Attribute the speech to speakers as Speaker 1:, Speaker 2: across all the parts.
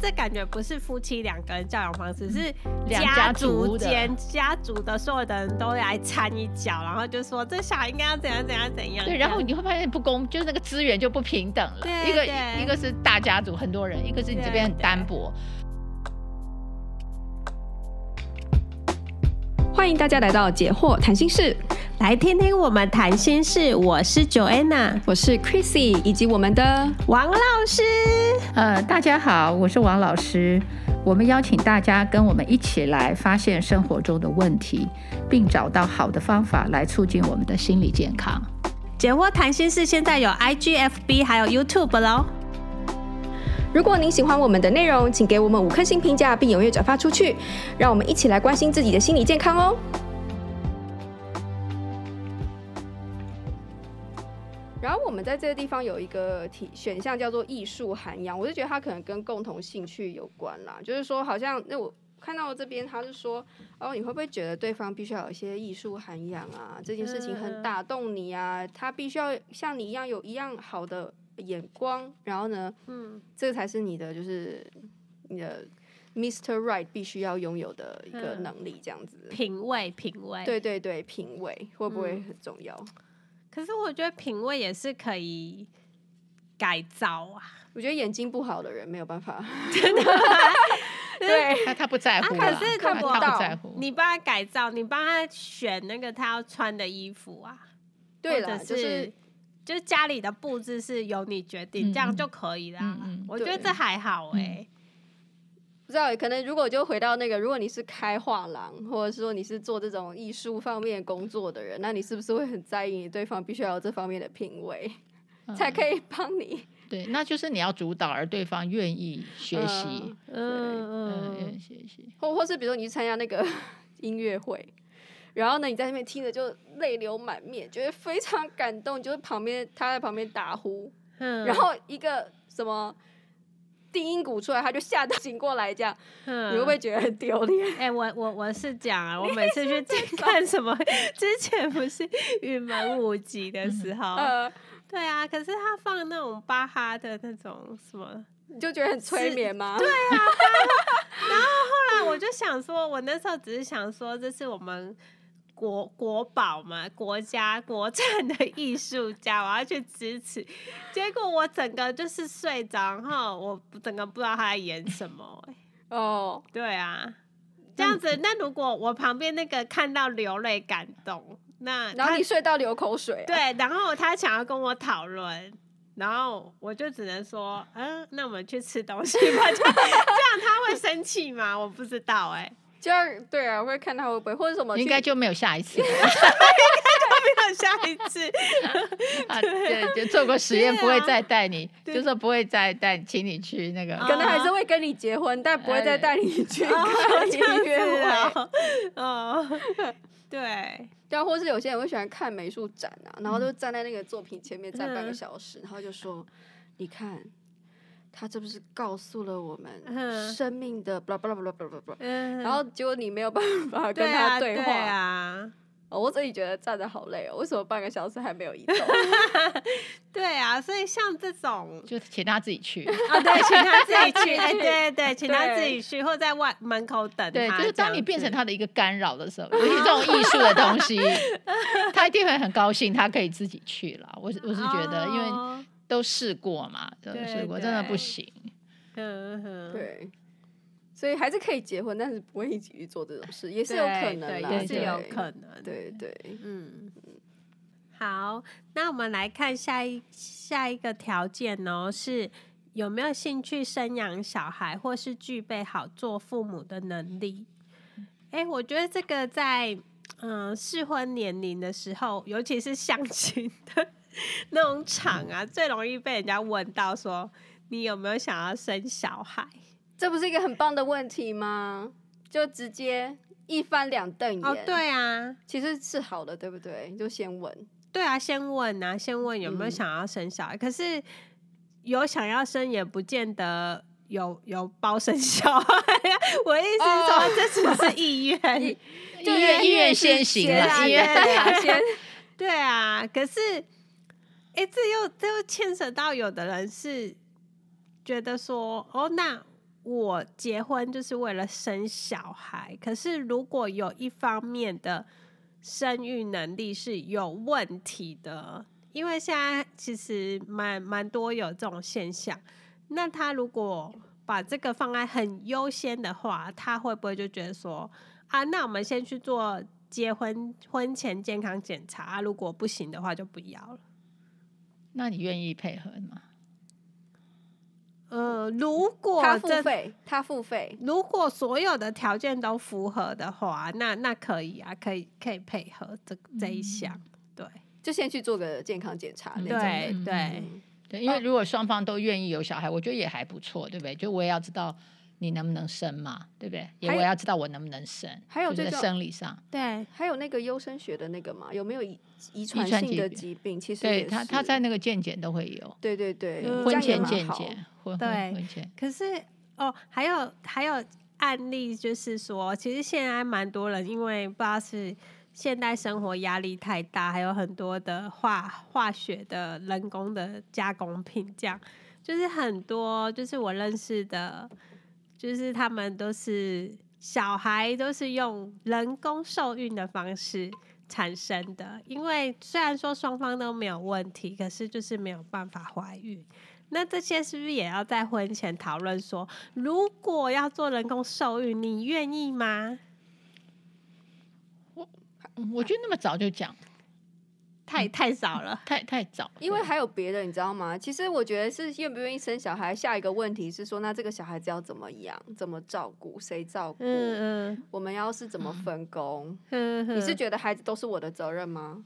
Speaker 1: 这感觉不是夫妻两个人教养方式，是
Speaker 2: 两家
Speaker 1: 族
Speaker 2: 族的
Speaker 1: 间家族的所有的人都来掺一脚，然后就说这小孩应该要怎样怎样怎样。
Speaker 2: 对，然后你会发现不公，就是那个资源就不平等了。
Speaker 1: 对
Speaker 2: 一个
Speaker 1: 对
Speaker 2: 一个是大家族很多人，一个是你这
Speaker 1: 对
Speaker 2: 边很
Speaker 1: 对
Speaker 2: 单薄。
Speaker 3: 欢迎大家来到解惑谈心室，
Speaker 1: 来听听我们谈心事，我是 Joanna
Speaker 3: 我是 Chrissy，以及我们的
Speaker 1: 王老师。
Speaker 2: 呃，大家好，我是王老师。我们邀请大家跟我们一起来发现生活中的问题，并找到好的方法来促进我们的心理健康。
Speaker 1: 啊解惑谈心事现在有 IGFB 还有 YouTube 喽。
Speaker 3: 如果您喜欢我们的内容，请给我们五颗星评价，并踊跃转发出去，让我们一起来关心自己的心理健康哦。然后我们在这个地方有一个题选项叫做艺术涵养，我就觉得它可能跟共同兴趣有关啦，就是说好像那我看到这边他是说，哦，你会不会觉得对方必须要有一些艺术涵养啊？这件事情很打动你啊，他必须要像你一样有一样好的眼光，然后呢，
Speaker 1: 嗯，
Speaker 3: 这才是你的就是你的 Mr. Right 必须要拥有的一个
Speaker 1: 嗯
Speaker 3: 能力，这样子。
Speaker 1: 品味，品味。
Speaker 3: 对对对，品味会不会
Speaker 1: 嗯
Speaker 3: 很重要？
Speaker 1: 可是我觉得品味也是可以改造啊。
Speaker 3: 我觉得眼睛不好的人没有办法。
Speaker 2: 他他不在乎
Speaker 1: 啊
Speaker 2: 啦，
Speaker 1: 可是
Speaker 2: 他
Speaker 1: 看不
Speaker 2: 他
Speaker 3: 到
Speaker 2: 不在乎。
Speaker 1: 你帮他改造，你帮他选那个他要穿的衣服啊，
Speaker 3: 对
Speaker 1: 或
Speaker 3: 了，
Speaker 1: 者
Speaker 3: 就是
Speaker 1: 就是家里的布置是由你决定，
Speaker 2: 嗯
Speaker 1: 这样就可以啦。
Speaker 2: 嗯嗯
Speaker 1: 我觉得
Speaker 3: 对
Speaker 1: 这还好哎、
Speaker 3: 不知道，可能如果就回到那个，如果你是开画廊，或者是说你是做这种艺术方面工作的人，那你是不是会很在意你对方必须要有这方面的品味，
Speaker 2: 嗯
Speaker 3: 才可以帮你？
Speaker 2: 对，那就是你要主导，而对方愿意学习，嗯，
Speaker 1: 嗯
Speaker 2: 愿
Speaker 1: 嗯
Speaker 2: 意学习。
Speaker 3: 或或是比如说你去参加那个 音乐会，然后呢你在那边听着就泪流满面，觉得非常感动，就是旁边他在旁边打呼，
Speaker 1: 嗯
Speaker 3: 然后一个什么定音鼓出来，他就吓到醒过来，这样、
Speaker 1: 嗯
Speaker 3: 你会不 会觉得很丢脸？
Speaker 1: 哎、我我我是讲啊，我每次去看什么，之前不是 云门舞集的时候，
Speaker 3: 呃，
Speaker 1: 对啊，可是他放那种巴哈的那种什么，
Speaker 3: 你就觉得很催眠吗？
Speaker 1: 后来我就想说，我那时候只是想说，这是我们国国宝嘛，国家国产的艺术家，我要去支持。结果我整个就是睡着，然后我整个不知道他在演什么、欸
Speaker 3: 哦，
Speaker 1: 对 啊，这样子。那如果我旁边那个看到流泪感动，那
Speaker 3: 然后
Speaker 1: 他
Speaker 3: 你睡到流口水、啊，，
Speaker 1: 对，然后他想要跟我讨论，然后我就只能说，嗯，那我们去吃东西吧。就这样他会生气吗？我不知道哎、
Speaker 3: 就要对啊，我会看他会不会或者什么去，
Speaker 2: 应该就没有下一次了
Speaker 1: 没有 下一次。
Speaker 2: 啊！对，就做过实验，
Speaker 1: 对啊
Speaker 2: 不会再带你，
Speaker 1: 对啊
Speaker 2: 就说不会再带，请你去那个。
Speaker 3: 可能
Speaker 1: 嗯
Speaker 3: 还是会跟你结婚，但不会
Speaker 1: 哎
Speaker 3: 再带你去看音乐会。
Speaker 1: 哦，哦，对，
Speaker 3: 对啊，或是有些人会喜欢看美术展啊，然后就站在那个作品前面站半个
Speaker 1: 嗯
Speaker 3: 小时，然后就说：“你看，他这不是告诉了我们
Speaker 1: 嗯
Speaker 3: 生命的巴拉巴拉巴拉巴拉巴拉。”
Speaker 1: 嗯，
Speaker 3: 然后结果你没 有办法
Speaker 1: 对
Speaker 3: 跟他
Speaker 1: 啊，
Speaker 3: 对
Speaker 1: 对
Speaker 3: 话，
Speaker 1: 啊，
Speaker 3: 哦我自己觉得站着好累哦，为什么半个小时还没有 移动？
Speaker 1: 对啊，所以像这种
Speaker 2: 就请他自己 去。
Speaker 1: 啊，对，请他自己 去，
Speaker 3: 他
Speaker 1: 哎，
Speaker 3: 自己去
Speaker 1: 对对，请他
Speaker 3: 对
Speaker 1: 自己去，或在外门口等他。
Speaker 2: 对，就是
Speaker 1: 这
Speaker 2: 当
Speaker 1: 样
Speaker 2: 你变成
Speaker 1: 子，
Speaker 2: 他的一个干扰的 时候，尤其这种艺术的东西，他一定会很高兴，他可以自己去了。我是我是觉得，因为
Speaker 1: 哦
Speaker 2: 都试过嘛，都
Speaker 1: 对
Speaker 2: 试过，真的不
Speaker 1: 对
Speaker 2: 行。
Speaker 1: 嗯嗯，
Speaker 3: 对。所以还是可以结婚，但是不会一起去做这种事，也是有可
Speaker 1: 对
Speaker 3: 能
Speaker 1: 对
Speaker 3: 啦，
Speaker 1: 也是
Speaker 3: 对
Speaker 1: 有可能。，
Speaker 3: 对对，
Speaker 1: 嗯，好，那我们来看下一下一个条件哦，是有没有兴趣生养小孩，或是具备好做父母的能力？哎，我觉得这个在嗯适婚年龄的时候，尤其是相亲的那种场啊，最容易被人家问到说你有没有想要生小孩？
Speaker 3: 这不是一个很棒的问题吗？就直接一翻两瞪眼。
Speaker 1: 哦，，对啊，
Speaker 3: 其实是好的，对不对？就先问。
Speaker 1: 对啊，先问啊，先问有没有
Speaker 3: 嗯
Speaker 1: 想要生小孩。可是有想要生，也不见得有有包生小孩啊。 我意思
Speaker 3: 哦
Speaker 1: 是说，这只是意愿。
Speaker 2: 医
Speaker 3: 就
Speaker 2: 院
Speaker 3: 医
Speaker 2: 医
Speaker 3: 院
Speaker 2: 院
Speaker 3: 是
Speaker 2: 先行
Speaker 3: 先
Speaker 2: 了，
Speaker 1: 啊
Speaker 2: 医
Speaker 1: 对
Speaker 2: 院
Speaker 3: 对啊， 先
Speaker 1: 对啊，可是，哎、这又这又牵扯到有的人是觉得说，哦，那我结婚就是为了生小孩，可是如果有一方面的生育能力是有问题的，因为现在其实蛮蛮多有这种现象。那他如果把这个放在很优先的话，他会不会就觉得说啊，那我们先去做结婚婚前健康检查、啊如果不行的话就不要了。
Speaker 2: 那你愿意配合吗？
Speaker 1: 呃，如果
Speaker 3: 他付
Speaker 1: 这
Speaker 3: 费，他付费，
Speaker 1: 如果所有的条件都符合的话，那那可以啊，可以可以配合这这一项，
Speaker 3: 嗯
Speaker 1: 对
Speaker 3: 就先去做个健康检查那种的。
Speaker 1: 对对，
Speaker 3: 嗯
Speaker 2: 对，因为如果双方都愿意有小孩，我觉得也还不错，对不对？就我也要知道你能不能生嘛，对不对？也
Speaker 3: 还
Speaker 2: 我
Speaker 3: 有
Speaker 2: 也要知道我能不能生，
Speaker 3: 还有
Speaker 2: 就
Speaker 3: 这
Speaker 2: 是在
Speaker 3: 种
Speaker 2: 生理上，
Speaker 1: 对
Speaker 3: 还有那个优生学的那个嘛，有没有遗遗传
Speaker 2: 传
Speaker 3: 性
Speaker 2: 疾
Speaker 3: 的
Speaker 2: 病
Speaker 3: 疾病？其实
Speaker 2: 对
Speaker 3: 也
Speaker 2: 他
Speaker 3: 是
Speaker 2: 他在那个健检都会有，
Speaker 3: 对对对，
Speaker 1: 嗯
Speaker 3: 这
Speaker 2: 婚
Speaker 3: 样也
Speaker 2: 前
Speaker 3: 蛮
Speaker 2: 健
Speaker 3: 好
Speaker 2: 检，婚
Speaker 1: 对
Speaker 2: 婚婚前，
Speaker 1: 可是哦，还有还有案例，就是说，其实现在蛮多人因为不知道是现代生活压力太大，还有很多的化化学的人工的加工品，这样就是很多就是我认识的，就是他们都是小孩都是用人工受孕的方式。产生的，因为虽然说双方都没有问题，可是就是没有办法怀孕。那这些是不是也要在婚前讨论说，如果要做人工受孕，你愿意吗？
Speaker 2: 嗯我觉得那么早就讲
Speaker 1: 太太少了，
Speaker 2: 太太早，
Speaker 3: 因为
Speaker 2: 对
Speaker 3: 还有别的，你知道吗？其实我觉得是愿不愿意生小孩，下一个问题是说，那这个小孩子要怎么养、怎么照顾、谁照顾？
Speaker 1: 嗯嗯
Speaker 3: 我们要是怎么分工？
Speaker 1: 嗯，
Speaker 3: 你是觉得孩子都是我的责任吗？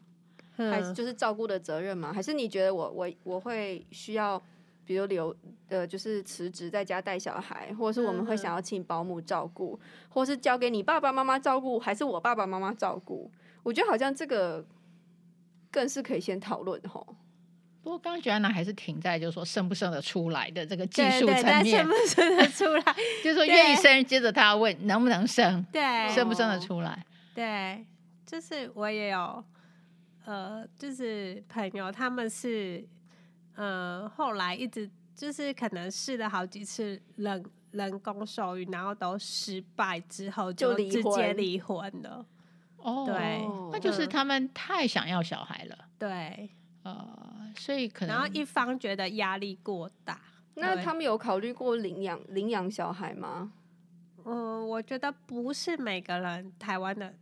Speaker 3: 还是
Speaker 1: 嗯
Speaker 3: 就是照顾的责任吗？还是你觉得我我我会需要，比如留呃，就是辞职在家带小孩，或者是我们
Speaker 1: 嗯
Speaker 3: 会
Speaker 1: 嗯
Speaker 3: 想要请保姆照顾，或是交给你爸爸妈妈照顾，还是我爸爸妈妈照顾？我觉得好像这个更是可以先讨论吼。
Speaker 2: 不过刚刚 j o 还是停在就是说生不生得出来的这个技
Speaker 1: 对
Speaker 2: 术
Speaker 1: 对，
Speaker 2: 层
Speaker 1: 但
Speaker 2: 面
Speaker 1: 生，不生得出来？
Speaker 2: 就是说
Speaker 1: 对
Speaker 2: 愿意生，接着他要问能不能生，
Speaker 1: 对，
Speaker 2: 生不生
Speaker 3: 哦
Speaker 2: 得出来。
Speaker 1: 对，就是我也有，呃，就是朋友他们是，呃，后来一直就是可能试了好几次人人工受孕，然后都失败之后
Speaker 3: 就离
Speaker 1: 直接
Speaker 3: 婚
Speaker 1: 离婚了。
Speaker 2: 哦，
Speaker 1: 对
Speaker 2: 那就是
Speaker 1: 嗯
Speaker 2: 他们太想要小孩了，
Speaker 1: 对，
Speaker 2: 呃，所以可能
Speaker 1: 然后一方觉得压力过大。
Speaker 3: 那
Speaker 1: 对
Speaker 3: 他们有考虑过领养领养小孩吗？
Speaker 1: 嗯，我觉得不是每个人，台湾的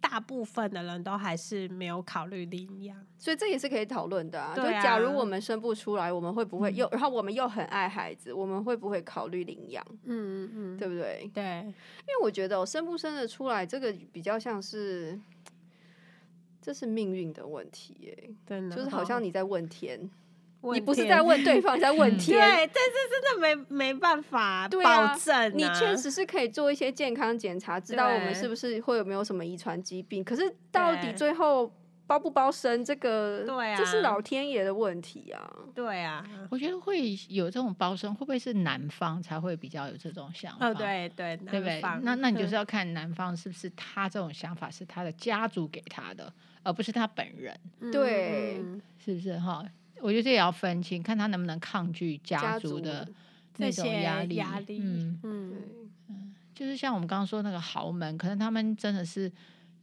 Speaker 1: 大部分的人都还是没有考虑领养。
Speaker 3: 所以这也是可以讨论的啊。
Speaker 1: 对啊嗯
Speaker 3: 就假如我们生不出来，我们会不会又，然后我们又很爱孩子，我们会不会考虑领养？
Speaker 1: 嗯嗯
Speaker 3: 对不对？因
Speaker 1: 对
Speaker 3: 为我觉得、哦、生不生得出来，这个比较像是，这是命运的问题耶，
Speaker 1: 真的
Speaker 3: 就是
Speaker 1: 哦
Speaker 3: 好像你在问天，你
Speaker 1: 问
Speaker 3: 不是
Speaker 1: 天
Speaker 3: 在问对方，你在问
Speaker 2: 嗯
Speaker 3: 天。
Speaker 1: 对，但是真的没没办法
Speaker 3: 对啊
Speaker 1: 保证、啊
Speaker 3: 你确实是可以做一些健康检查，知道我们
Speaker 1: 对
Speaker 3: 是不是会有没有什么遗传疾病。可是到底
Speaker 1: 对
Speaker 3: 最后包不包生，这个
Speaker 1: 对啊
Speaker 3: 这是老天爷的问题啊。
Speaker 1: 对啊，
Speaker 2: 我觉得会有这种包生，会不会是男方才会比较有这种想法？
Speaker 1: 哦对对，
Speaker 2: 对不
Speaker 1: 南
Speaker 2: 对
Speaker 1: 方？
Speaker 2: 那那你就是要看男方是不是他这种想法是他的家族给他的，而不是他本人，
Speaker 1: 嗯
Speaker 3: 对
Speaker 1: 嗯嗯
Speaker 2: 是不是哈？我觉得这也要分清，看他能不能抗拒
Speaker 3: 家
Speaker 2: 家
Speaker 3: 族
Speaker 2: 族的
Speaker 1: 这
Speaker 2: 那种
Speaker 1: 些
Speaker 2: 压力。
Speaker 1: 压力，
Speaker 2: 嗯，
Speaker 3: 对
Speaker 1: 嗯，
Speaker 2: 就是像我们刚刚说那个豪门，可能他们真的是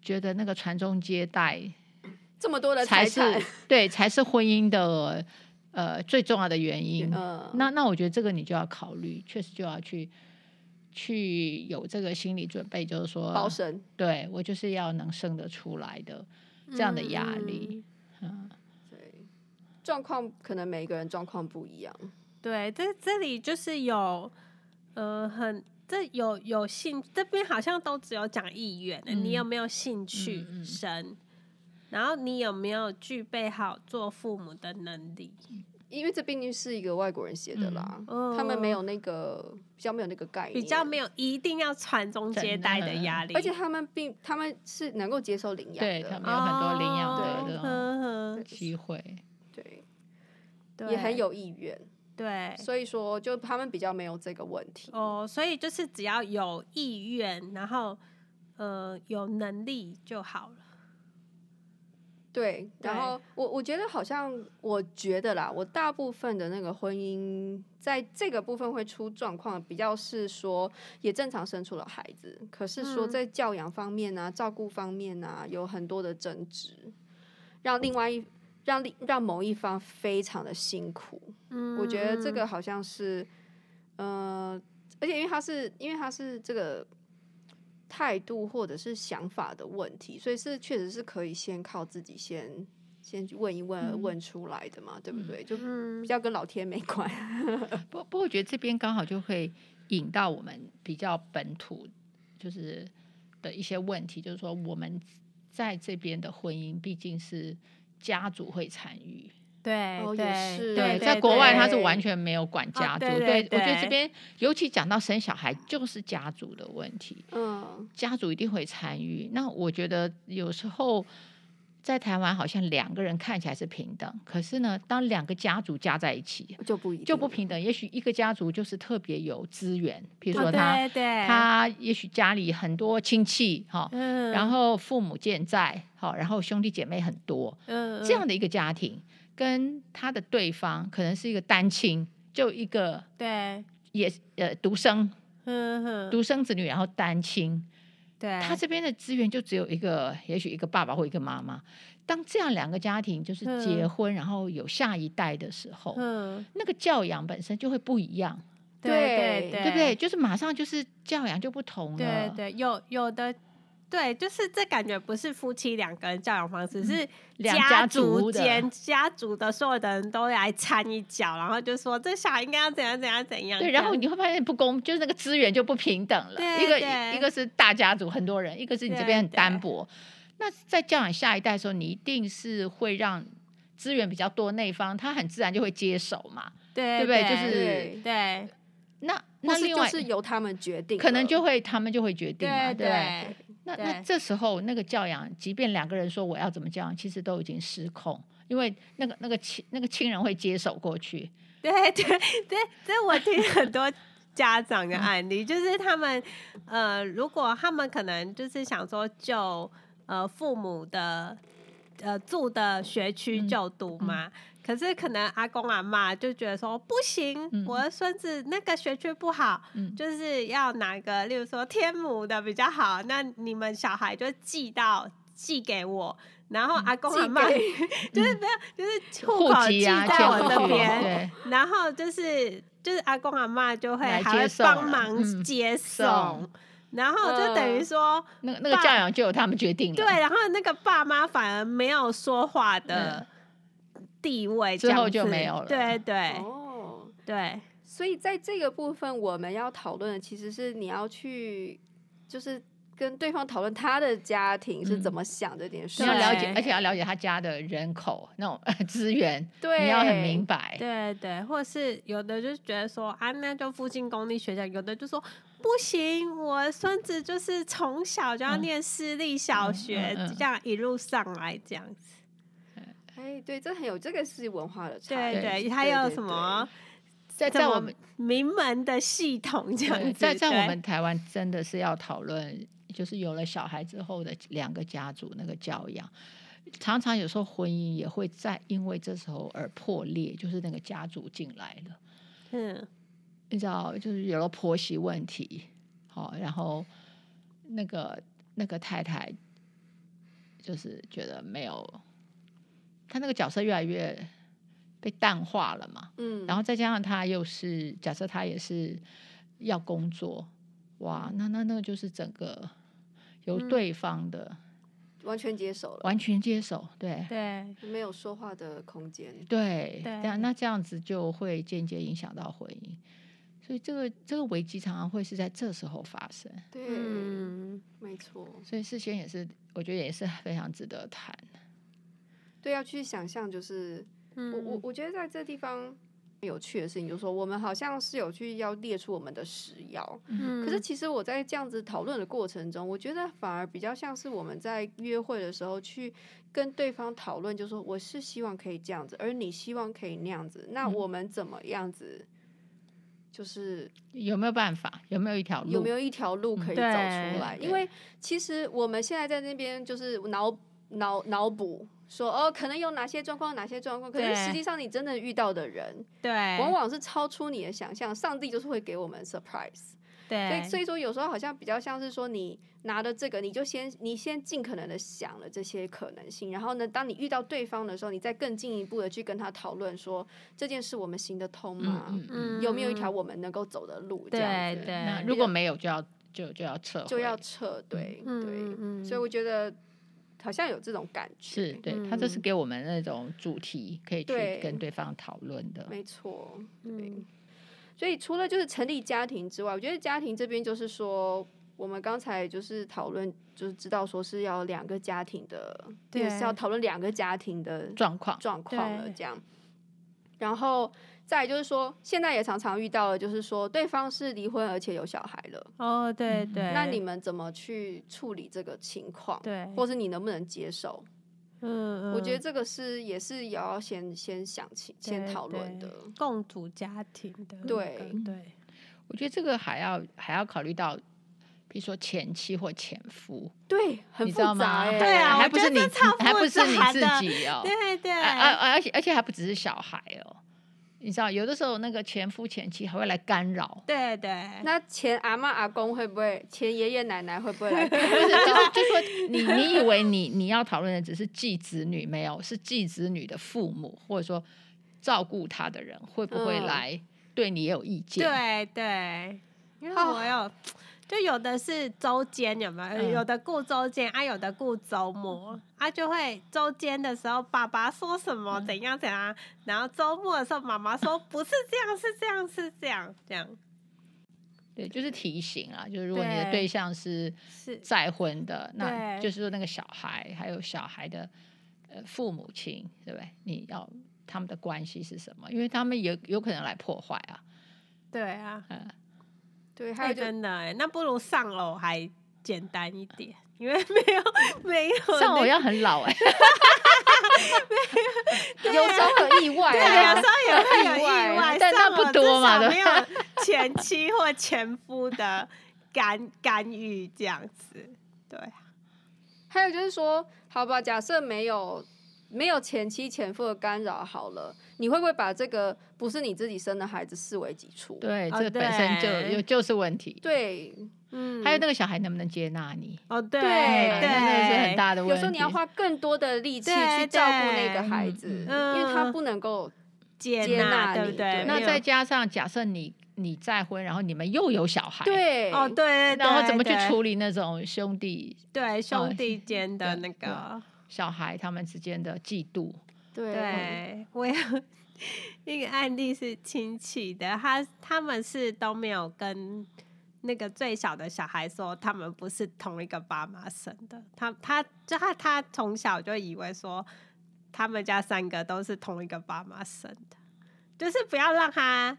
Speaker 2: 觉得那个传宗接代
Speaker 3: 这么多的
Speaker 2: 才
Speaker 3: 财
Speaker 2: 是
Speaker 3: 产，
Speaker 2: 对，才是婚姻的呃最重要的原 因。
Speaker 3: 嗯，
Speaker 2: 那那我觉得这个你就要考虑，确实就要去去有这个心理准备，就是说，
Speaker 3: 包神
Speaker 2: 对我就是要能生得出来的
Speaker 1: 嗯
Speaker 2: 这样的压力。嗯，
Speaker 3: 对状况，可能每一个人状况不一样，
Speaker 1: 对，这这里就是有，呃，很这有有兴，这边好像都只有讲意愿、欸你有
Speaker 2: 嗯
Speaker 1: 没有兴趣
Speaker 2: 嗯嗯
Speaker 1: 生？然后你有没有具备好做父母的能力？
Speaker 2: 嗯
Speaker 3: 因为这毕竟是一个外国人写的啦，
Speaker 1: 嗯
Speaker 3: 他们没有那个比较没有那个概念，
Speaker 1: 比较没有一定要传宗接
Speaker 2: 真
Speaker 1: 代的
Speaker 2: 的
Speaker 1: 压力，
Speaker 3: 而且他们并他们是能够接受领养
Speaker 2: 对
Speaker 3: 的，
Speaker 2: 他们有很多领养
Speaker 1: 哦
Speaker 2: 的这种
Speaker 1: 呵呵
Speaker 2: 机会。
Speaker 3: 对
Speaker 1: 对
Speaker 3: 也很有意愿，
Speaker 1: 对
Speaker 3: 所以说就他们比较没有这个问题。
Speaker 1: 哦，所以就是只要有意愿，然后呃有能力就好了。
Speaker 3: 对，然
Speaker 1: 对
Speaker 3: 后我我觉得好像，我觉得啦，我大部分的那个婚姻在这个部分会出状况，比较是说也正常生出了孩子，可是说
Speaker 1: 嗯
Speaker 3: 在教养方面啊、照顾方面啊，有很多的争执，让另外一让另让某一方非常的辛苦。
Speaker 1: 嗯
Speaker 3: 我觉得这个好像是，呃，而且因为他是因为他是这个态度或者是想法的问题，所以是确实是可以先靠自己先先去问一问、
Speaker 2: 嗯
Speaker 3: 问出来的嘛，对不对？就
Speaker 1: 嗯
Speaker 3: 比较跟老天没关。
Speaker 2: 不不过我觉得这边刚好就会引到我们比较本土就是的一些问题，就是说我们在这边的婚姻毕竟是家族会参与，
Speaker 1: 对
Speaker 3: 哦也
Speaker 1: 对
Speaker 3: 是
Speaker 1: 对，
Speaker 2: 在
Speaker 1: 对
Speaker 2: 国外
Speaker 1: 对
Speaker 2: 他是完全没有管家族，
Speaker 1: 对对
Speaker 2: 我觉得这
Speaker 1: 对
Speaker 2: 边尤其讲到生小孩就是家族的问题，
Speaker 3: 嗯，
Speaker 2: 家族一定会参与。那我觉得有时候在台湾好像两个人看起来是平等，可是呢，当两个家族加在一起
Speaker 3: 就不一定
Speaker 2: 就不平等。也许一个家族就是特别有资源，比如说
Speaker 1: 啊
Speaker 2: 他、
Speaker 1: 对对
Speaker 2: 他也许家里很多亲戚哈、
Speaker 1: 嗯，
Speaker 2: 然后父母健在好、然后兄弟姐妹很多，
Speaker 1: 嗯
Speaker 2: 这样的一个家庭跟他的对方可能是一个单亲，就一个
Speaker 1: 嗯对，
Speaker 2: 也呃独生
Speaker 1: 嗯哼，
Speaker 2: 独生子女，然后单亲，
Speaker 1: 对，
Speaker 2: 他这边的资源就只有一个，也许一个爸爸或一个妈妈。当这样两个家庭就是
Speaker 1: 嗯
Speaker 2: 结婚，然后有下一代的时候，
Speaker 1: 嗯，
Speaker 2: 那个教养本身就会不一样，
Speaker 1: 对
Speaker 3: 对
Speaker 1: 对
Speaker 2: 对不对？？就是马上就是教养就不同了，
Speaker 1: 对对，有有的，对，就是这感觉不是夫妻两个人教养方式，是
Speaker 2: 嗯两家
Speaker 1: 族
Speaker 2: 族的
Speaker 1: 间家族的所有的人都来掺一脚，然后就说这小孩应该要怎样怎样怎样。
Speaker 2: 对，
Speaker 1: 这
Speaker 2: 然后
Speaker 1: 样
Speaker 2: 你会发现不公，就是那个资源就不平等了。
Speaker 1: 对
Speaker 2: 一个
Speaker 1: 对
Speaker 2: 一个是大家族很多人，一个是你这边很
Speaker 1: 对对
Speaker 2: 单薄。那在教养下一代的时候，你一定是会让资源比较多那一方，他很自然就会接手嘛。
Speaker 1: 对
Speaker 2: 对不对
Speaker 1: 对，
Speaker 2: 就是
Speaker 3: 对
Speaker 1: 对
Speaker 2: 那
Speaker 3: 或
Speaker 2: 那
Speaker 3: 是
Speaker 2: 另
Speaker 3: 就
Speaker 2: 外、
Speaker 3: 是由他们决定了，
Speaker 2: 可能就会他们就会决定
Speaker 1: 对
Speaker 2: 嘛，对不对。
Speaker 1: 对
Speaker 2: 那
Speaker 1: 对
Speaker 2: 那这时候那个教养，即便两个人说我要怎么教养，其实都已经失控，因为那个那个亲那个亲人会接手过去。
Speaker 1: 对对对，这我听很多家长的案例，就是他们呃，如果他们可能就是想说就呃父母的呃住的学区
Speaker 2: 嗯
Speaker 1: 就读嘛。可是可能阿公阿妈就觉得说不行，
Speaker 2: 嗯
Speaker 1: 我的孙子那个学区不好，
Speaker 2: 嗯，
Speaker 1: 就是要哪个，例如说天母的比较好，那你们小孩就寄到寄给我，然后阿公
Speaker 3: 寄
Speaker 1: 阿妈
Speaker 3: 给
Speaker 1: 就是不要，就是户
Speaker 2: 户
Speaker 1: 口寄
Speaker 2: 籍啊，
Speaker 1: 在我
Speaker 2: 迁
Speaker 1: 这
Speaker 2: 过去
Speaker 1: 边，
Speaker 2: 对。
Speaker 1: 然后就是就是阿公阿妈就会
Speaker 2: 来
Speaker 1: 还会
Speaker 2: 接送
Speaker 1: 帮
Speaker 2: 了
Speaker 1: 忙
Speaker 2: 嗯
Speaker 1: 接送，
Speaker 2: 送
Speaker 1: 然后就等于
Speaker 3: 嗯
Speaker 1: 说、
Speaker 2: 那个那个
Speaker 1: 爸
Speaker 2: 教养就由他们决定了。
Speaker 1: 对，然后那个爸妈反而没有说话的地位，
Speaker 2: 嗯之
Speaker 1: 这样
Speaker 2: 后就
Speaker 1: 子
Speaker 2: 没有了
Speaker 1: 对对
Speaker 3: 哦。
Speaker 1: 对，
Speaker 3: 所以在这个部分，我们要讨论的其实是你要去，就是跟对方讨论他的家庭是怎
Speaker 1: 嗯
Speaker 3: 么想这件事。
Speaker 2: 你要了解
Speaker 1: 对，
Speaker 2: 而且要了解他家的人口那种 呃资源，
Speaker 3: 对，
Speaker 2: 你要很明白。
Speaker 1: 对对，或是有的就觉得说啊，那就附近公立学校；有的就说不行，我孙子就是从小就要
Speaker 2: 嗯
Speaker 1: 念私立小
Speaker 2: 嗯
Speaker 1: 学，
Speaker 2: 嗯嗯
Speaker 1: 这样一路上来这样子。
Speaker 3: 哎，对，这很有这个是文化的差异。
Speaker 1: 对
Speaker 3: 对，
Speaker 1: 对，还有什么
Speaker 2: 在
Speaker 1: 什
Speaker 2: 在我
Speaker 1: 么
Speaker 2: 们
Speaker 1: 名门的系统这样
Speaker 2: 对
Speaker 1: 子？
Speaker 2: 在
Speaker 1: 嗯
Speaker 2: 在
Speaker 1: 对
Speaker 2: 我们台湾真的是要讨论，就是有了小孩之后的两个家族那个教养，常常有时候婚姻也会在因为这时候而破裂，就是那个家族进来了。
Speaker 1: 嗯
Speaker 2: 你知道，就是有了婆媳问题，好、然后那个那个太太就是觉得没有，她那个角色越来越被淡化了嘛，
Speaker 3: 嗯，
Speaker 2: 然后再加上她又是假设她也是要工作，哇，那那那就是整个由
Speaker 1: 嗯
Speaker 2: 对方的
Speaker 3: 完全接手了，
Speaker 2: 完全接手，对。
Speaker 1: 对
Speaker 3: 没有说话的空间。
Speaker 2: 对，
Speaker 1: 对
Speaker 2: 这样那这样子就会间接影响到婚姻，所以这个这个危机常常会是在这时候发生，
Speaker 3: 对，
Speaker 1: 嗯
Speaker 3: 没错，
Speaker 2: 所以事先也是我觉得也是非常值得谈。
Speaker 3: 对，要去想象，就是我我
Speaker 1: 嗯
Speaker 3: 我觉得在这地方有趣的事情，就是说我们好像是有去要列出我们的食药，
Speaker 1: 嗯，
Speaker 3: 可是其实我在这样子讨论的过程中，我觉得反而比较像是我们在约会的时候去跟对方讨论，就说我是希望可以这样子，而你希望可以那样子，那
Speaker 2: 嗯
Speaker 3: 我们怎么样子？就是
Speaker 2: 有没有办法？有没有一条路？
Speaker 3: 有没有一条路可
Speaker 1: 嗯
Speaker 3: 以走出
Speaker 1: 对
Speaker 3: 来？
Speaker 2: 对
Speaker 3: 因为其实我们现在在那边就是脑脑脑补说哦，可能有哪些状况，哪些状况，可是
Speaker 1: 对
Speaker 3: 实际上你真的遇到的人，
Speaker 1: 对，
Speaker 3: 往往是超出你的想象。上帝就是会给我们 surprise，所以
Speaker 1: 对，
Speaker 3: 所以说有时候好像比较像是说你拿了这个，你就先你先尽可能的想了这些可能性，然后呢，当你遇到对方的时候，你再更进一步的去跟他讨论说这件事我们行得通吗？
Speaker 2: 嗯嗯嗯。
Speaker 1: 嗯
Speaker 3: 有没有一条我们能够走的路？这样
Speaker 1: 对
Speaker 3: 子
Speaker 1: 对，
Speaker 2: 那如果没有，就要就就要撤回，
Speaker 3: 嗯就要撤，对对。
Speaker 1: 嗯
Speaker 3: 所以我觉得好像有这种感觉，
Speaker 2: 是对，他这是
Speaker 1: 嗯
Speaker 2: 给我们那种主题，可以去
Speaker 3: 对
Speaker 2: 跟对方讨论的。
Speaker 3: 没错。
Speaker 1: 嗯
Speaker 3: 所以除了就是成立家庭之外，我觉得家庭这边就是说，我们刚才就是讨论，就是知道说是要两个家庭的，
Speaker 1: 对
Speaker 3: 也是要讨论两个家庭的
Speaker 2: 状况，
Speaker 3: 状况了
Speaker 1: 对
Speaker 3: 这样。然后再来就是说，现在也常常遇到的，就是说对方是离婚而且有小孩了，
Speaker 1: 哦，对
Speaker 2: 嗯
Speaker 1: 对，
Speaker 3: 那你们怎么去处理这个情况？
Speaker 1: 对，
Speaker 3: 或是你能不能接受？
Speaker 1: 嗯，
Speaker 3: 我觉得
Speaker 1: 嗯
Speaker 3: 这个是也是也要先先想清、先
Speaker 1: 对
Speaker 3: 讨论
Speaker 1: 对
Speaker 3: 的。
Speaker 1: 共组家庭的那
Speaker 3: 对
Speaker 1: 个对，
Speaker 2: 我觉得这个还要还要考虑到，比如说前妻或前夫，
Speaker 3: 对，很
Speaker 2: 你
Speaker 3: 复
Speaker 2: 知道
Speaker 3: 杂
Speaker 2: 吗？
Speaker 3: 哎、
Speaker 1: 对啊
Speaker 2: 还
Speaker 1: 我
Speaker 2: 不
Speaker 1: 觉
Speaker 2: 是
Speaker 1: 得
Speaker 2: 你
Speaker 1: 这
Speaker 2: 自
Speaker 1: 超
Speaker 2: 还不
Speaker 1: 复
Speaker 2: 是你
Speaker 1: 杂
Speaker 2: 自
Speaker 1: 的
Speaker 2: 己哦，
Speaker 1: 对对，，
Speaker 2: 而而而且而且还不只是小孩哦，你知道，有的时候那个前夫前妻还会来干扰
Speaker 1: 对
Speaker 2: 哎
Speaker 1: 对，
Speaker 3: 那前阿妈阿公会不会，前爷爷奶奶会不 会来看？
Speaker 2: 就是就是就说你你以为你你要讨论的只是继子女，没有是继子女的父母或者说照顾他的人会不会
Speaker 3: 嗯
Speaker 2: 来对你也有意见？
Speaker 1: 对对，因为
Speaker 3: 哦
Speaker 1: 我有。就有的是周间有没有？
Speaker 2: 嗯
Speaker 1: 有的顾周间啊，有的顾周末
Speaker 3: 嗯
Speaker 1: 啊，就会周间的时候爸爸说什么
Speaker 2: 嗯
Speaker 1: 怎样怎样，然后周末的时候妈妈说不是这样，是这样，是这样，这样
Speaker 2: 对，就是提醒啊，就是如果你的
Speaker 1: 对
Speaker 2: 对象是
Speaker 1: 是
Speaker 2: 再婚的，那
Speaker 1: 对
Speaker 2: 就是说那个小孩还有小孩的呃父母亲，对不对？你要他们的关系是什么？因为他们有有可能来破坏啊，
Speaker 1: 对啊，
Speaker 2: 嗯，
Speaker 3: 对，还
Speaker 1: 哎
Speaker 3: 有就
Speaker 1: 真的哎，那不如上楼还简单一点，因为没有没有
Speaker 2: 像我
Speaker 1: 那
Speaker 2: 要很老 哎、
Speaker 3: 有时候有意外、
Speaker 1: 对，
Speaker 3: 啊，
Speaker 1: 有时候也会有意
Speaker 3: 意
Speaker 1: 外
Speaker 3: 外，
Speaker 2: 但那
Speaker 1: 上
Speaker 2: 不
Speaker 1: 楼
Speaker 2: 多
Speaker 1: 至
Speaker 2: 嘛
Speaker 1: 少
Speaker 2: 对
Speaker 1: 没有前妻或前夫的干干预这样子，对啊，
Speaker 3: 还有就是说，好吧，假设没有没有前妻前夫的干扰，好了，你会不会把这个不是你自己生的孩子视为己出？
Speaker 2: 对，
Speaker 1: 哦
Speaker 2: 这本身就
Speaker 1: 对
Speaker 2: 有就是问题。
Speaker 3: 啊对
Speaker 1: 嗯
Speaker 2: 还有那个小孩能不能接纳你？
Speaker 1: 哦，对
Speaker 3: 对
Speaker 2: 哎那是很，
Speaker 1: 嗯
Speaker 2: 大的问题。
Speaker 3: 有时候你要花更多的力气
Speaker 1: 对
Speaker 3: 去照顾那个孩子，
Speaker 2: 对
Speaker 1: 嗯
Speaker 3: 因为他不能够
Speaker 1: 接
Speaker 3: 接
Speaker 1: 纳
Speaker 3: 纳
Speaker 1: 对
Speaker 3: 你
Speaker 1: 不对？
Speaker 3: 对
Speaker 2: 那
Speaker 1: 没有
Speaker 2: 再加上假设你你再婚，然后你们又有小孩，，
Speaker 3: 对
Speaker 1: 哦，对对对，
Speaker 2: 然后怎么去
Speaker 1: 对
Speaker 2: 处理那种兄弟
Speaker 1: 对兄
Speaker 2: 呃
Speaker 1: 弟间的
Speaker 2: 对
Speaker 1: 那个？
Speaker 2: 小孩他们之间的嫉妒？
Speaker 3: 对
Speaker 1: 对， 我有一个案例是亲戚的，他他们是都没有跟那个最小的小孩说他们不是同一个爸妈生的，他他就他他从小就以为说他们家三个都是同一个爸妈生的，就是不要让他。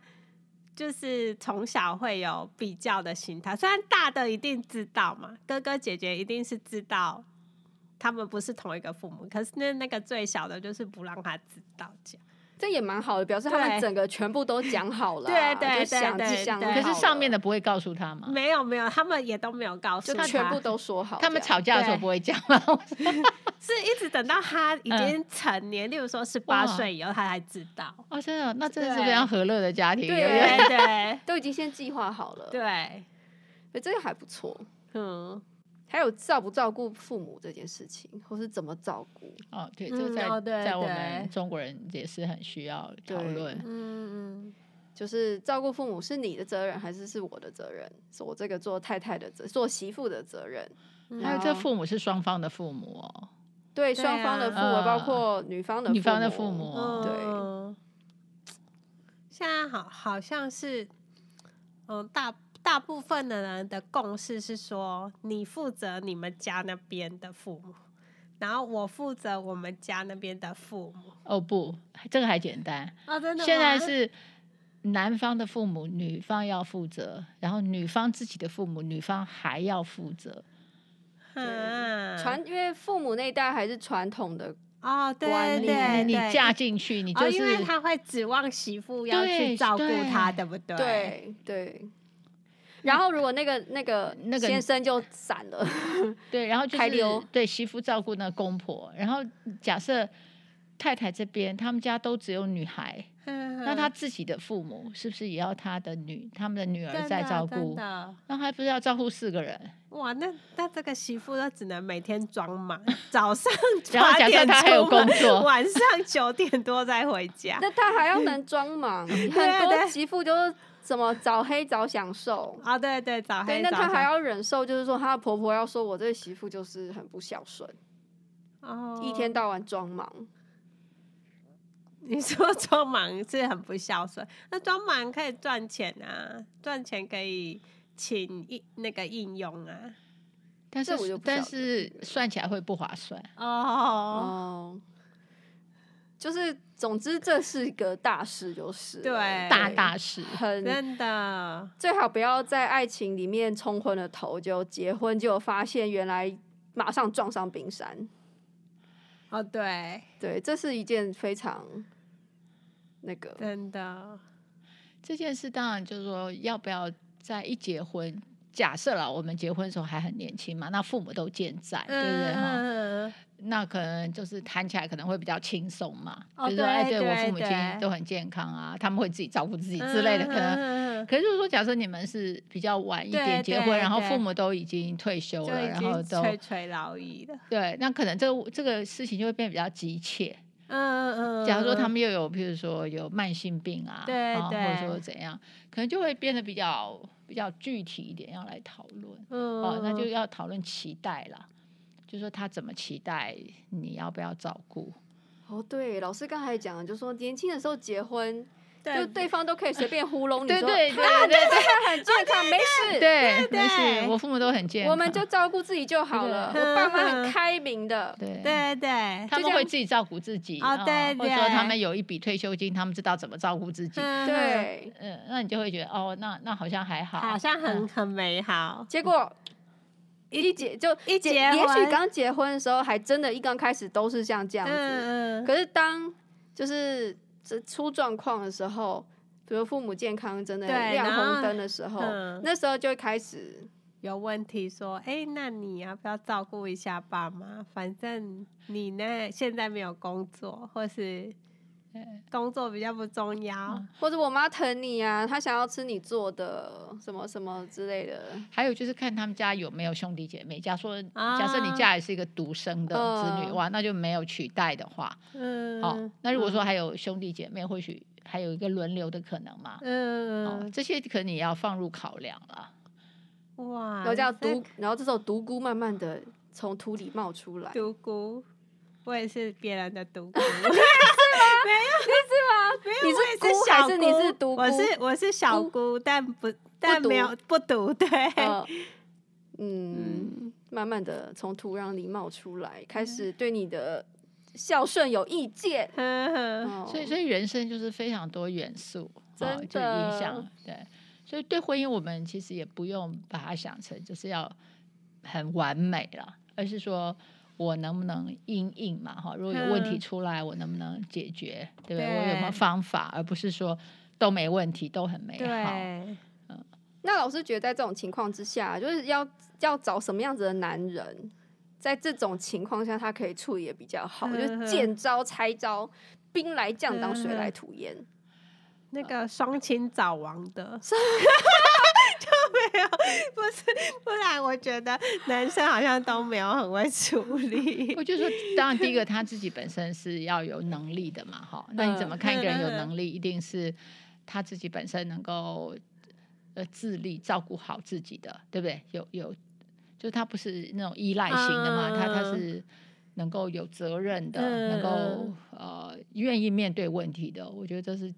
Speaker 1: 就是从小会有比较的心态，虽然大的一定知道嘛，哥哥姐姐一定是知道他们不是同一个父母，可是那那个最小的就是不让他知道这样。
Speaker 3: 这也蛮好的，表示他们
Speaker 1: 对
Speaker 3: 整个全部都讲好了，
Speaker 1: 对对
Speaker 3: 就想
Speaker 1: 对对
Speaker 3: 就想好
Speaker 1: 对
Speaker 2: 可
Speaker 3: 了，
Speaker 2: 是上面的不会告诉他吗？
Speaker 1: 没有没有，他们也都没有告诉
Speaker 3: 就
Speaker 1: 他，
Speaker 3: 全部都说好这样，
Speaker 2: 他们吵架的时候
Speaker 1: 对
Speaker 2: 不会讲吗？
Speaker 1: 是一直等到他已
Speaker 3: 嗯
Speaker 1: 经成年，例如说十八岁以后，他才知道。
Speaker 2: 哦，真的，那真的是非常和乐的家庭。
Speaker 3: 对
Speaker 2: 不
Speaker 1: 对对
Speaker 3: 都已经先计划好了，
Speaker 1: 对，
Speaker 3: 对，这个还不错。
Speaker 1: 嗯，
Speaker 3: 还有照不照顾父母这件事情，或是怎么照顾，
Speaker 2: 哦，对，
Speaker 1: 嗯
Speaker 2: 这个在、
Speaker 1: 哦对
Speaker 2: 在我
Speaker 1: 对
Speaker 2: 们中国人也是很需要讨论。
Speaker 1: 嗯嗯，
Speaker 3: 就是照顾父母是你的责任还是是我的责任？是我这个做太太的责，做媳妇的责任。
Speaker 1: 嗯
Speaker 2: 还有这父母是双方的父母哦，
Speaker 3: 对
Speaker 1: 对啊
Speaker 3: 双方的父母，
Speaker 2: 呃
Speaker 3: 包括女方的
Speaker 2: 女方的父母哦，
Speaker 1: 嗯，现在好好像是，嗯，大大部分的人的共识是说，你负责你们家那边的父母，然后我负责我们家那边的父母。
Speaker 2: 哦不，这个还简单。
Speaker 1: 哦，真
Speaker 2: 现在是男方的父母，女方要负责，然后女方自己的父母，女方还要负责。
Speaker 1: 啊
Speaker 3: 传，因为父母那一代还是传统的，
Speaker 1: 哦，对
Speaker 3: 管理
Speaker 1: 对对，
Speaker 2: 你你嫁进去，你
Speaker 1: 哦，
Speaker 2: 就
Speaker 1: 因
Speaker 2: 是、
Speaker 1: 为他会指望媳妇要
Speaker 2: 对
Speaker 1: 去照顾
Speaker 2: 对
Speaker 1: 他，对不对？
Speaker 3: 对对。然后如果那个那个
Speaker 2: 那个
Speaker 3: 先生就散了，
Speaker 2: 对，然后就
Speaker 3: 开
Speaker 2: 是
Speaker 3: 溜
Speaker 2: 对媳妇照顾那个公婆，然后假设太太这边他们家都只有女孩，那
Speaker 1: 那
Speaker 3: 嗯
Speaker 2: 她自己的父母是不是也要她的女他们的女儿
Speaker 1: 真
Speaker 2: 在
Speaker 1: 的
Speaker 2: 照
Speaker 1: 真
Speaker 2: 顾？
Speaker 1: 的
Speaker 2: 那还不是要照顾四个人？
Speaker 1: 哇，那那这个媳妇就只能每天装忙，早上
Speaker 2: 然后
Speaker 1: 八
Speaker 2: 假设
Speaker 1: 点
Speaker 2: 她还有
Speaker 1: 出门
Speaker 2: 工作
Speaker 1: 晚上九点多再回家。
Speaker 3: 那他还要能装忙，很
Speaker 1: 对啊对
Speaker 3: 多
Speaker 1: 啊
Speaker 3: 媳妇就是怎么早黑早享受。
Speaker 1: 啊，对对，早
Speaker 3: 对，
Speaker 1: 黑
Speaker 3: 那
Speaker 1: 早
Speaker 3: 她还
Speaker 1: 上
Speaker 3: 要忍受，就是说她的婆婆要说我这个媳妇就是很不孝顺，
Speaker 1: 哦
Speaker 3: 一天到晚装忙。
Speaker 1: 你说装忙是很不孝顺，那装忙可以赚钱啊，赚钱可以请应那个应用啊。
Speaker 2: 但
Speaker 3: 这我就是不
Speaker 2: 但
Speaker 3: 晓得
Speaker 2: 是算起来会不划算。
Speaker 1: 哦，
Speaker 3: 哦，就是总之这是一个大事，就是了
Speaker 1: 对
Speaker 2: 大大事。
Speaker 3: 很
Speaker 1: 真的，
Speaker 3: 最好不要在爱情里面冲昏了头，就结婚就发现原来马上撞上冰山。
Speaker 1: 哦对，
Speaker 3: 对，这是一件非常那个
Speaker 1: 真的，
Speaker 2: 这件事当然就是说，要不要在一结婚？假设了我们结婚的时候还很年轻嘛，那父母都健在，对不对哈？
Speaker 1: 嗯，
Speaker 2: 那可能就是谈起来可能会比较轻松嘛，
Speaker 1: 哦
Speaker 2: 比如说哎，
Speaker 1: 对
Speaker 2: 我
Speaker 1: 对
Speaker 2: 父母亲
Speaker 1: 对
Speaker 2: 都很健康啊，他们会自己照顾自己之类
Speaker 1: 嗯
Speaker 2: 的，可能。
Speaker 1: 能
Speaker 2: 可是就是说，假设你们是比较晚一
Speaker 1: 对
Speaker 2: 点结婚，
Speaker 1: 对
Speaker 2: 然后
Speaker 1: 对
Speaker 2: 父母都已经退休
Speaker 1: 就
Speaker 2: 了，
Speaker 1: 已
Speaker 2: 然后
Speaker 1: 经
Speaker 2: 都
Speaker 1: 垂垂老矣了。
Speaker 2: 对，那可能这个这个事情就会变得比较急切。
Speaker 1: 嗯嗯，
Speaker 2: 假如说他
Speaker 1: 们
Speaker 2: 们又有，譬如说有慢性病啊，
Speaker 1: 对
Speaker 2: 啊或者
Speaker 1: 对
Speaker 2: 说怎样，可能就会变得比较比较具体一点，要来讨论。
Speaker 1: 嗯
Speaker 2: 哦，那就要讨论期待啦，就说他怎么期待，你要不要照顾？
Speaker 3: 哦，对，老师刚才讲的，就说年轻的时候结婚，就
Speaker 1: 对
Speaker 3: 对方都可以随便糊弄你说，
Speaker 2: 对对
Speaker 3: 他很健康，没事，
Speaker 2: 对对，
Speaker 1: 对
Speaker 2: 没事，
Speaker 1: 对
Speaker 2: 我父母都很健康，
Speaker 3: 我们就照顾自己就好了。
Speaker 1: 对
Speaker 3: 我爸妈很开明的，
Speaker 2: 对。
Speaker 1: 对对，
Speaker 2: 他
Speaker 3: 就
Speaker 2: 们
Speaker 3: 这
Speaker 2: 会
Speaker 3: 样
Speaker 2: 自己照顾自己啊
Speaker 1: 哦对
Speaker 2: 或者说
Speaker 1: 对
Speaker 2: 他们有一笔退休金，他们知道怎么照顾自己。
Speaker 1: 嗯，
Speaker 3: 对，
Speaker 2: 嗯，那你就会觉得哦，那那好像还好，
Speaker 1: 好像很
Speaker 2: 嗯
Speaker 1: 很美好。
Speaker 3: 结果。一结就
Speaker 1: 一
Speaker 3: 结，
Speaker 1: 结
Speaker 3: 也许
Speaker 1: 婚
Speaker 3: 刚结婚的时候还真的，一刚开始都是像这样子，
Speaker 1: 嗯嗯，
Speaker 3: 可是当就是这出状况的时候，比如父母健康真的
Speaker 1: 对
Speaker 3: 亮
Speaker 1: 然
Speaker 3: 红
Speaker 1: 后
Speaker 3: 灯的时候，
Speaker 1: 嗯
Speaker 3: 那时候就会开始
Speaker 1: 有问题说，哎、那你要不要照顾一下爸妈？反正你呢现在没有工作，或是工作比较不重要。
Speaker 2: 嗯
Speaker 3: 或者我妈疼你啊，她想要吃你做的什么什么之类的，
Speaker 2: 还有就是看他们家有没有兄弟姐妹。假说，假设你
Speaker 1: 啊
Speaker 2: 家也是一个独生的子女，
Speaker 3: 嗯
Speaker 2: 哇，那就没有取代的话，
Speaker 1: 嗯，
Speaker 2: 哦，那如果说还有兄弟姐妹，或许还有一个轮流的可能嘛。哦
Speaker 1: 嗯，，
Speaker 2: 这些可能也要放入考量了。
Speaker 1: 哇，
Speaker 3: 然后这样
Speaker 1: 这
Speaker 3: 独，然后这种独孤慢慢的从土里冒出来，
Speaker 1: 独孤，我也是别人的独孤。
Speaker 3: 你
Speaker 1: 我也
Speaker 3: 是孤还
Speaker 1: 小
Speaker 3: 是你是独孤？
Speaker 1: 我是我是小姑，但不但
Speaker 3: 独
Speaker 1: 没有不独，对，
Speaker 3: 呃嗯，慢慢的从土壤里冒出来，开始对你的孝顺有意见。
Speaker 1: 嗯
Speaker 3: 哦
Speaker 2: 所以，所以人生就是非常多元素，哦
Speaker 3: 真
Speaker 2: 就影
Speaker 3: 的
Speaker 2: 响对。所以对婚姻，我们其实也不用把它想成就是要很完美了，而是说我能不能因应嘛，哈，如果有问题
Speaker 1: 嗯
Speaker 2: 出来，我能不能解决，对不对？我有没有
Speaker 1: 对
Speaker 2: 方法，而不是说都没问题，都很美哎好。
Speaker 1: 对，
Speaker 3: 那老师觉得，在这种情况之下，就是要要找什么样子的男人，在这种情况下，他可以处理的比较好，
Speaker 1: 嗯
Speaker 3: 就是见招拆招，兵来将挡，水来土掩。
Speaker 1: 那个双亲早亡的，就没有，不是，不然我觉得男生好像都没有很会处理。
Speaker 2: 我就说，当然第一个他自己本身是要有能力的嘛，哈。那你怎
Speaker 1: 嗯
Speaker 2: 么看一个人有能力？一定是他自己本身能够呃自立照顾好自己的，对不对？有有，就是他不是那种依赖型的嘛，他他
Speaker 1: 嗯
Speaker 2: 是能够有责任的，
Speaker 1: 嗯
Speaker 2: 能够
Speaker 1: 嗯
Speaker 2: 呃愿意面对问题的。我觉得这是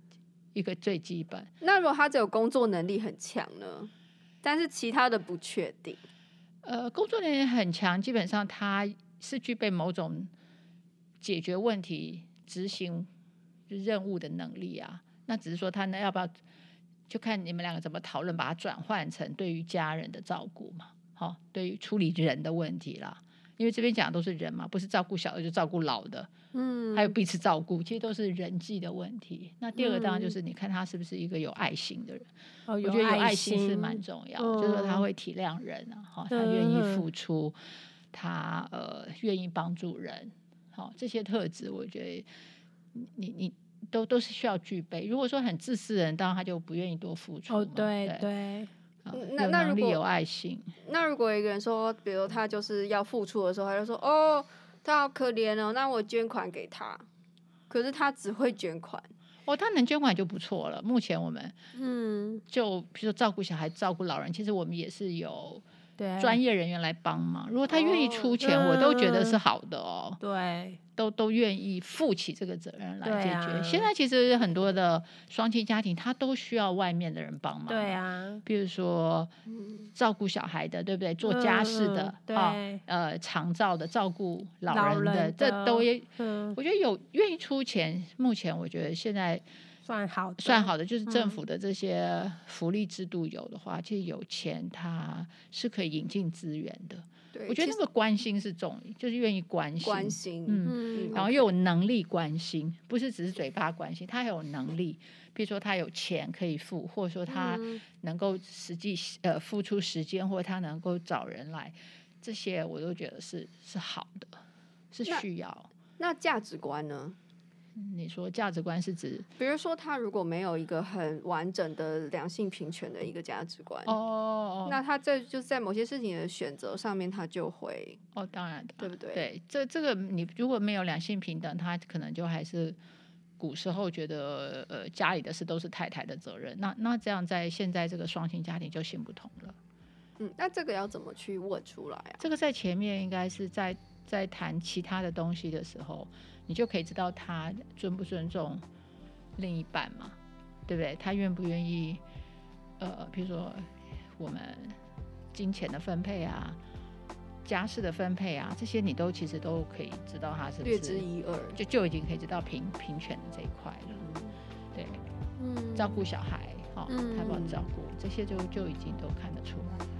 Speaker 2: 一个最基本。
Speaker 3: 那如果他只有工作能力很强呢？但是其他的不确定，
Speaker 2: 呃，工作能力很强，基本上他是具备某种解决问题、执行任务的能力啊。那只是说他呢，要不要就看你们两个怎么讨论，把它转换成对于家人的照顾嘛，好、对于处理人的问题啦。因为这边讲的都是人嘛，不是照顾小的就照顾老的，
Speaker 1: 嗯，
Speaker 2: 还有彼此照顾，其实都是人际的问题。那第二个当然
Speaker 1: 嗯
Speaker 2: 就是你看他是不是一个有爱心的人，
Speaker 1: 哦，
Speaker 2: 我觉得有爱
Speaker 1: 心
Speaker 2: 心是蛮重要的，就是说他
Speaker 1: 嗯
Speaker 2: 会体谅人啊，哈，他愿意
Speaker 1: 嗯
Speaker 2: 付出，他呃愿意帮助人，好，这些特质我觉得你你你都都是需要具备。如果说很自私的人，当然他就不愿意多付出嘛。
Speaker 1: 哦，对
Speaker 2: 对，
Speaker 1: 对，
Speaker 2: 啊
Speaker 3: 那
Speaker 2: 有
Speaker 3: 那
Speaker 2: 能
Speaker 3: 如
Speaker 2: 力
Speaker 3: 果
Speaker 2: 有爱心，
Speaker 3: 那如果一个人说，比如他就是要付出的时候，他就说：“哦，他好可怜哦，那我捐款给他。”可是他只会捐款，
Speaker 2: 哦，他能捐款就不错了。目前我们
Speaker 1: 嗯，
Speaker 2: 就比如说照顾小孩、照顾老人，其实我们也是有
Speaker 1: 对，
Speaker 2: 专业人员来帮忙。如果他愿意
Speaker 3: 哦
Speaker 2: 出钱，我都觉得是
Speaker 1: 嗯
Speaker 2: 好的哦。
Speaker 1: 对，
Speaker 2: 都都愿意负起这个责任来
Speaker 1: 对
Speaker 2: 解决。
Speaker 1: 啊
Speaker 2: 现在其实很多的双亲家庭，他都需要外面的人帮忙。
Speaker 1: 对，啊，
Speaker 2: 比如说
Speaker 3: 嗯，
Speaker 2: 照顾小孩的，对不对？做家事的
Speaker 1: 嗯，嗯
Speaker 2: 啊
Speaker 1: 对
Speaker 2: 呃，长照的，照顾老
Speaker 1: 老
Speaker 2: 人的，
Speaker 1: 人
Speaker 2: 这
Speaker 1: 的
Speaker 2: 都也，
Speaker 1: 嗯，
Speaker 2: 我觉得有愿意出钱。目前我觉得现在
Speaker 1: 算好的，
Speaker 2: 算好的就是政
Speaker 1: 嗯
Speaker 2: 府的这些福利制度有的话，其实有钱他是可以引进资源的。
Speaker 3: 对，
Speaker 2: 我觉得
Speaker 3: 其
Speaker 2: 那
Speaker 3: 实
Speaker 2: 个关心是重，就是愿意关心。
Speaker 3: 关心，
Speaker 2: 嗯
Speaker 1: 嗯，
Speaker 2: 然后又有能力关心，不是只是嘴巴关心，他还有能力，比如说他有钱可以付，或者说他
Speaker 1: 嗯
Speaker 2: 能够实际呃付出时间，或者他能够找人来，这些我都觉得是是好的，是
Speaker 3: 那
Speaker 2: 需要。嗯
Speaker 3: 那价值观呢？
Speaker 2: 你说价值观是指
Speaker 3: 比如说，他如果没有一个很完整的良性平权的一个价值观，
Speaker 2: 哦哦
Speaker 3: 呃那他在就是在某些事情的选择上面，他就会
Speaker 2: 哦，当然的，
Speaker 3: 对不对
Speaker 2: 对，这这个你如果没有两性平等，他可能就还是古时候觉得呃家里的事都是太太的责任，那那这样在现在这个双性家庭就行不通了。
Speaker 3: 嗯，那这个要怎么去问出来啊？
Speaker 2: 这个在前面应该是在在谈其他的东西的时候，你就可以知道他尊不尊重另一半嘛，对不对？他愿不愿意？呃，比如说我们金钱的分配啊，家事的分配啊，这些你都其实都可以知道他是不
Speaker 3: 略知
Speaker 2: 是
Speaker 3: 一二，
Speaker 2: 就就已经可以知道平平权的这一块了。对，
Speaker 1: 嗯
Speaker 2: 照顾小孩，哦，他不
Speaker 3: 嗯
Speaker 2: 照顾，这些就就已经都看得出来了。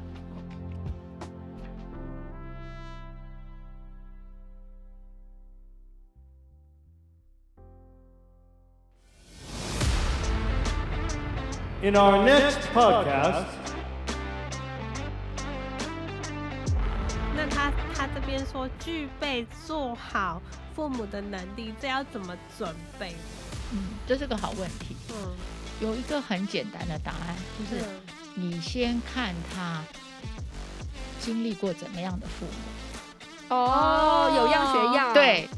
Speaker 4: In our next podcast,
Speaker 1: 那他他这边说具备做好父母的能力，这要怎么准备？
Speaker 2: 嗯，这是个好问题。
Speaker 1: 嗯，
Speaker 2: 有一个很简单的答案，就是你先看他经历过怎么样的父母。
Speaker 3: 哦，有样学样，
Speaker 2: 对，